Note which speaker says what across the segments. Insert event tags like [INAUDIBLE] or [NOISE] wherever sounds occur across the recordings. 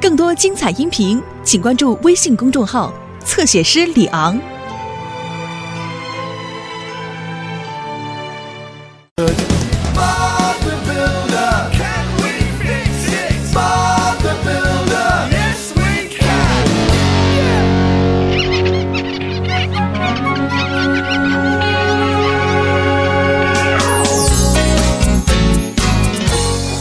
Speaker 1: 更多精彩音频，请关注微信公众号“侧写师李昂”。
Speaker 2: Bob the Builder. Can we fix it? Bob the Builder. Yes, we can.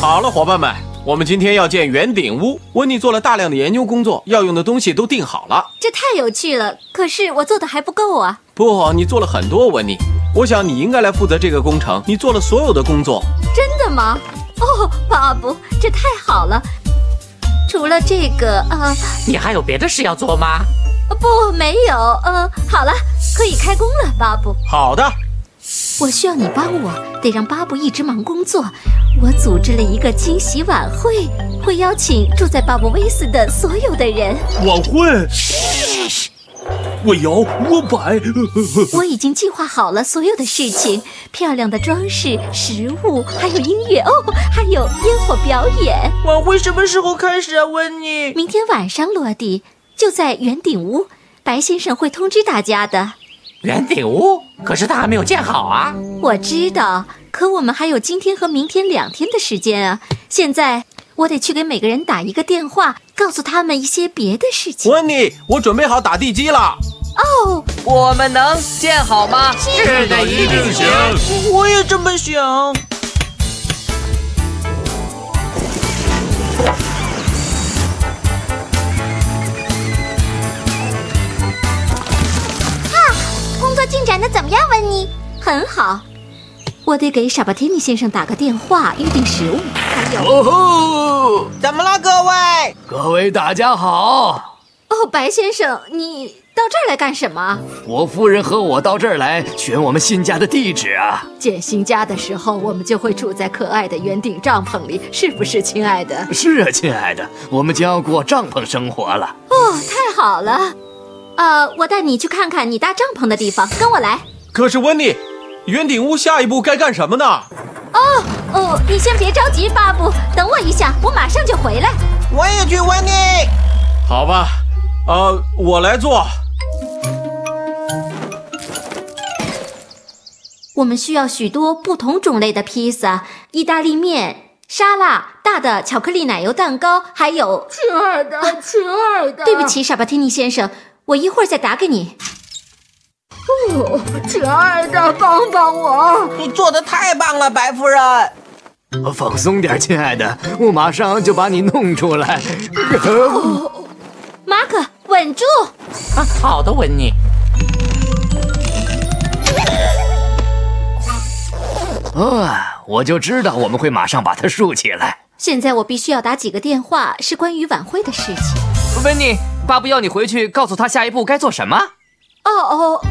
Speaker 3: 好了，伙伴们，我们今天要建圆顶屋。温妮做了大量的研究工作，要用的东西都定好了。
Speaker 4: 这太有趣了，可是我做的还不够啊！
Speaker 3: 不，你做了很多，温妮。我想你应该来负责这个工程。你做了所有的工作，
Speaker 4: 真的吗？哦，巴布，这太好了！除了这个，呃，
Speaker 5: 你还有别的事要做吗？
Speaker 4: 不，没有，呃，好了，可以开工了，巴布。
Speaker 3: 好的，
Speaker 4: 我需要你帮我，得让巴布一直忙工作。我组织了一个惊喜晚会，会邀请住在巴布威斯的所有的人。
Speaker 6: 晚会，我摇，我摆，呵呵呵
Speaker 4: 我已经计划好了所有的事情，漂亮的装饰、食物，还有音乐哦，还有烟火表演。
Speaker 7: 晚会什么时候开始啊，温妮？
Speaker 4: 明天晚上落地，就在圆顶屋，白先生会通知大家的。
Speaker 5: 圆顶屋，可是它还没有建好啊！
Speaker 4: 我知道，可我们还有今天和明天两天的时间啊！现在我得去给每个人打一个电话，告诉他们一些别的事情。
Speaker 3: 温妮，我准备好打地基了。
Speaker 4: 哦，
Speaker 7: 我们能建好吗？
Speaker 5: 是的，一定行。
Speaker 7: 我也这么
Speaker 4: 啊
Speaker 7: 想。
Speaker 4: 工作进展的怎么样，温妮？很好。我得给傻巴天尼先生打个电话，预定食物。还有，
Speaker 8: 哦
Speaker 7: 怎么了，各位？
Speaker 8: 吼，各位大家好，
Speaker 4: 哦，白先生，你到这儿来干什么？
Speaker 8: 我夫人和我到这儿来选我们新家的地址啊。
Speaker 4: 建新家的时候，我们就会住在可爱的圆顶帐篷里，是不是，亲爱的？
Speaker 8: 是啊，亲爱的，我们将要过帐篷生活了。
Speaker 4: 哦，太好了！呃，我带你去看看你搭帐篷的地方，跟我来。
Speaker 3: 可是温妮，圆顶屋下一步该干什么呢？
Speaker 4: 哦，你先别着急，巴布，等我一下，我马上就回来。
Speaker 7: 我也去，温妮。
Speaker 3: 好吧，呃，我来做。 [LAUGHS]
Speaker 4: 我们需要许多不同种类的披萨、意大利面、沙拉、大的巧克力奶油蛋糕，还有……
Speaker 9: 亲爱的，亲爱的，
Speaker 4: 对不，起，傻巴天尼先生，我一会儿再打给你。
Speaker 9: 亲爱的，帮帮我！
Speaker 7: 你做的太棒了，白夫人。
Speaker 8: 呃放松点，亲爱的，我马上就把你弄出来。
Speaker 5: [LAUGHS]
Speaker 4: 马可，稳住！
Speaker 5: 啊，好的，文妮。
Speaker 8: 啊，我就知道我们会马上把它竖起来。
Speaker 4: 现在我必须要打几个电话，是关于晚会的事情。
Speaker 5: 温妮，巴布要你回去告诉他下一步该做什么。
Speaker 4: 哦哦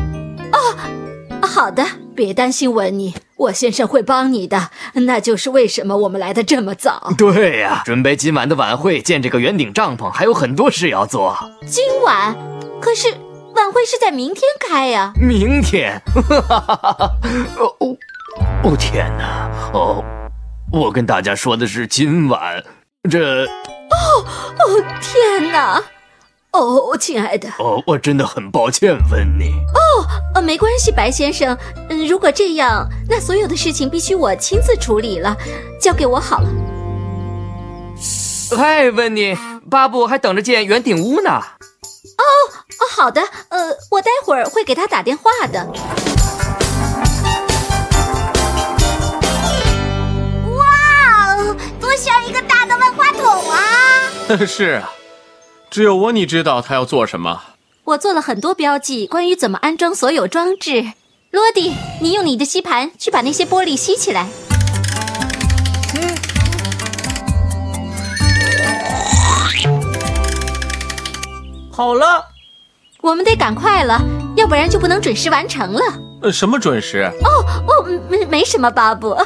Speaker 4: 哦，好的，别担心，文妮，我先生会帮你的。那就是为什么我们来的这么早。
Speaker 8: 对呀、准备今晚的晚会，建这个圆顶帐篷，还有很多事要做。
Speaker 4: 今晚，可是晚会是在明天开呀、
Speaker 8: 明天， [LAUGHS] 哦哦哦天哪！哦，我跟大家说的是今晚，这
Speaker 4: 哦天哪！哦，亲爱的，
Speaker 8: 哦，我真的很抱歉，温妮。
Speaker 4: 呃，没关系，白先生。嗯，如果这样，那所有的事情必须我亲自处理了，交给我好了。
Speaker 5: 嗨，温妮，巴布还等着建圆顶屋呢。
Speaker 4: 哦，好的，呃，我待会儿会给他打电话的。哇哦，多需要一个大的万花筒啊！
Speaker 3: 是啊，只有温妮知道她要做什么。
Speaker 4: 我做了很多标记，关于怎么安装所有装置。罗迪，你用你的吸盘去把那些玻璃吸起来。
Speaker 7: 好了，
Speaker 4: 我们得赶快了，要不然就不能准时完成了。
Speaker 3: 呃，什么准时？
Speaker 4: 哦，嗯没没什么，巴布。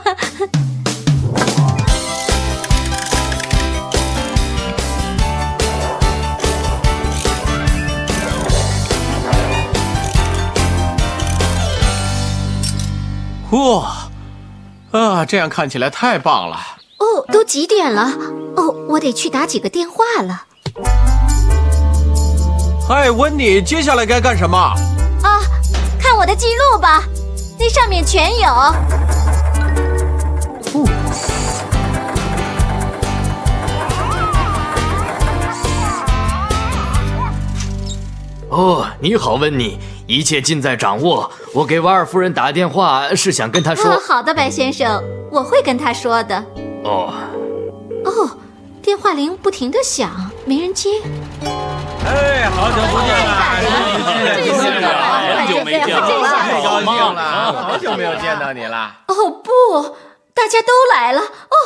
Speaker 3: 哇，啊，这样看起来太棒了。
Speaker 4: 哦， [LAUGHS] 哦，都几点了？哦，我得去打几个电话了。
Speaker 3: 嗨，温妮，接下来该干什么？
Speaker 4: 啊，看我的记录吧，那上面全有。
Speaker 8: 哦，你好，温妮，一切尽在掌握。我给瓦尔夫人打电话是想跟她
Speaker 4: 嗯，
Speaker 8: 说，
Speaker 4: 好的，白先生，我会跟他说的。
Speaker 8: 哦，
Speaker 4: 哦，电话铃不停的响，没人接。
Speaker 7: 哎
Speaker 3: 啊很久没见了，太高兴了，好久没有见到你了。
Speaker 4: 哦不，大家都来了。哦，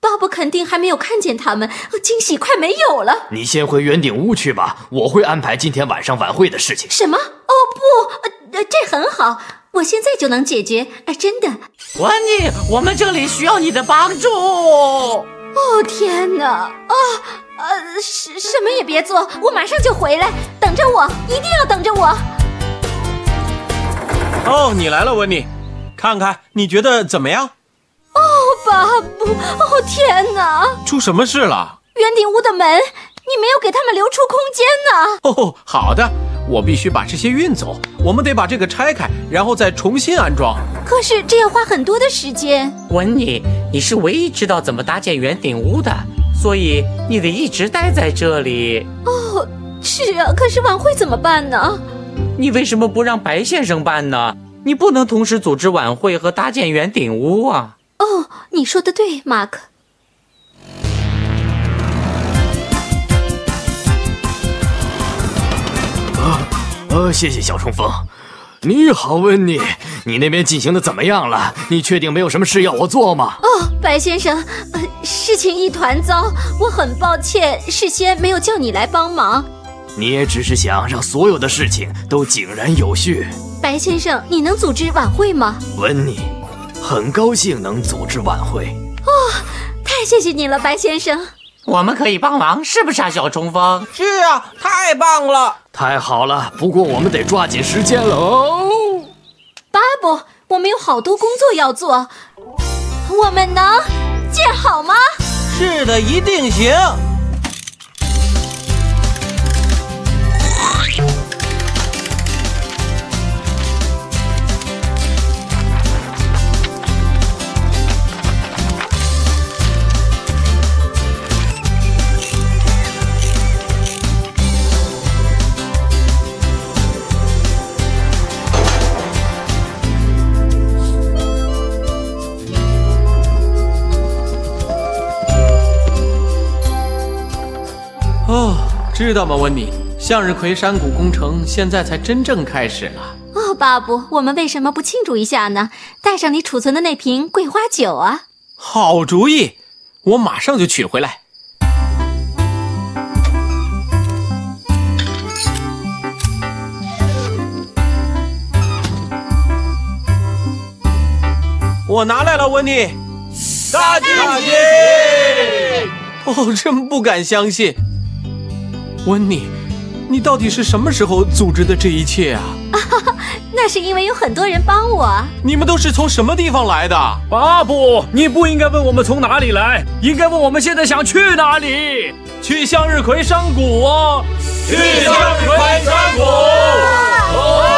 Speaker 4: 爸爸肯定还没有看见他们，哦惊喜快没有了。
Speaker 8: 你先回圆顶屋去吧，我会安排今天晚上晚会的事情。
Speaker 4: 什么？哦不，呃，呃这很好，我现在就能解决。啊、真的。
Speaker 7: 温妮，我们这里需要你的帮助。
Speaker 4: 哦天哪！啊、呃，什什么也别做，我马上就回来，等着我，一定要等着我。
Speaker 3: 哦，你来了，温妮，看看你觉得怎么样？
Speaker 4: 巴布，哦天哪！
Speaker 3: 出什么事了？
Speaker 4: 圆顶屋的门，你没有给他们留出空间呢。
Speaker 3: 哦，好的，我必须把这些运走，我们得把这个拆开，然后再重新安装。
Speaker 4: 可是这要花很多的时间。
Speaker 10: 文妮，你是唯一知道怎么搭建圆顶屋的，所以你得一直待在这里。
Speaker 4: 是啊，可是晚会怎么办呢？
Speaker 10: 你为什么不让白先生办呢？你不能同时组织晚会和搭建圆顶屋啊！
Speaker 4: 哦，你说的对，马克。
Speaker 8: 呃，谢谢小冲锋。你好，温妮，你那边进行的怎么样了？你确定没有什么事要我做吗？
Speaker 4: 哦，白先生，呃，事情一团糟，我很抱歉，事先没有叫你来帮忙。
Speaker 8: 你也只是想让所有的事情都井然有序。
Speaker 4: 白先生，你能组织晚会吗？
Speaker 8: 温妮，很高兴能组织晚会。
Speaker 4: 太谢谢你了，白先生。
Speaker 10: 我们可以帮忙，是不是啊，小冲锋？
Speaker 7: 是啊，太棒了。
Speaker 8: 太好了，不过我们得抓紧时间了哦。
Speaker 4: 巴布，我们有好多工作要做，我们能见好吗？
Speaker 7: 是的，一定行。
Speaker 3: 哦，知道吗，温妮？向日葵山谷工程现在才真正开始了。
Speaker 4: 哦，巴布，我们为什么不庆祝一下呢？带上你储存的那瓶桂花酒啊！
Speaker 3: 好主意，我马上就取回来。我拿来了，温妮。大惊喜！哦，真不敢相信，温妮，你到底是什么时候组织的这一切啊？
Speaker 4: 那是因为有很多人帮我。啊
Speaker 3: 你们都是从什么地方来的？
Speaker 6: 巴布，你不应该问我们从哪里来，应该问我们现在想去哪里。
Speaker 3: 去向日葵山谷啊！
Speaker 6: 去向日葵山谷。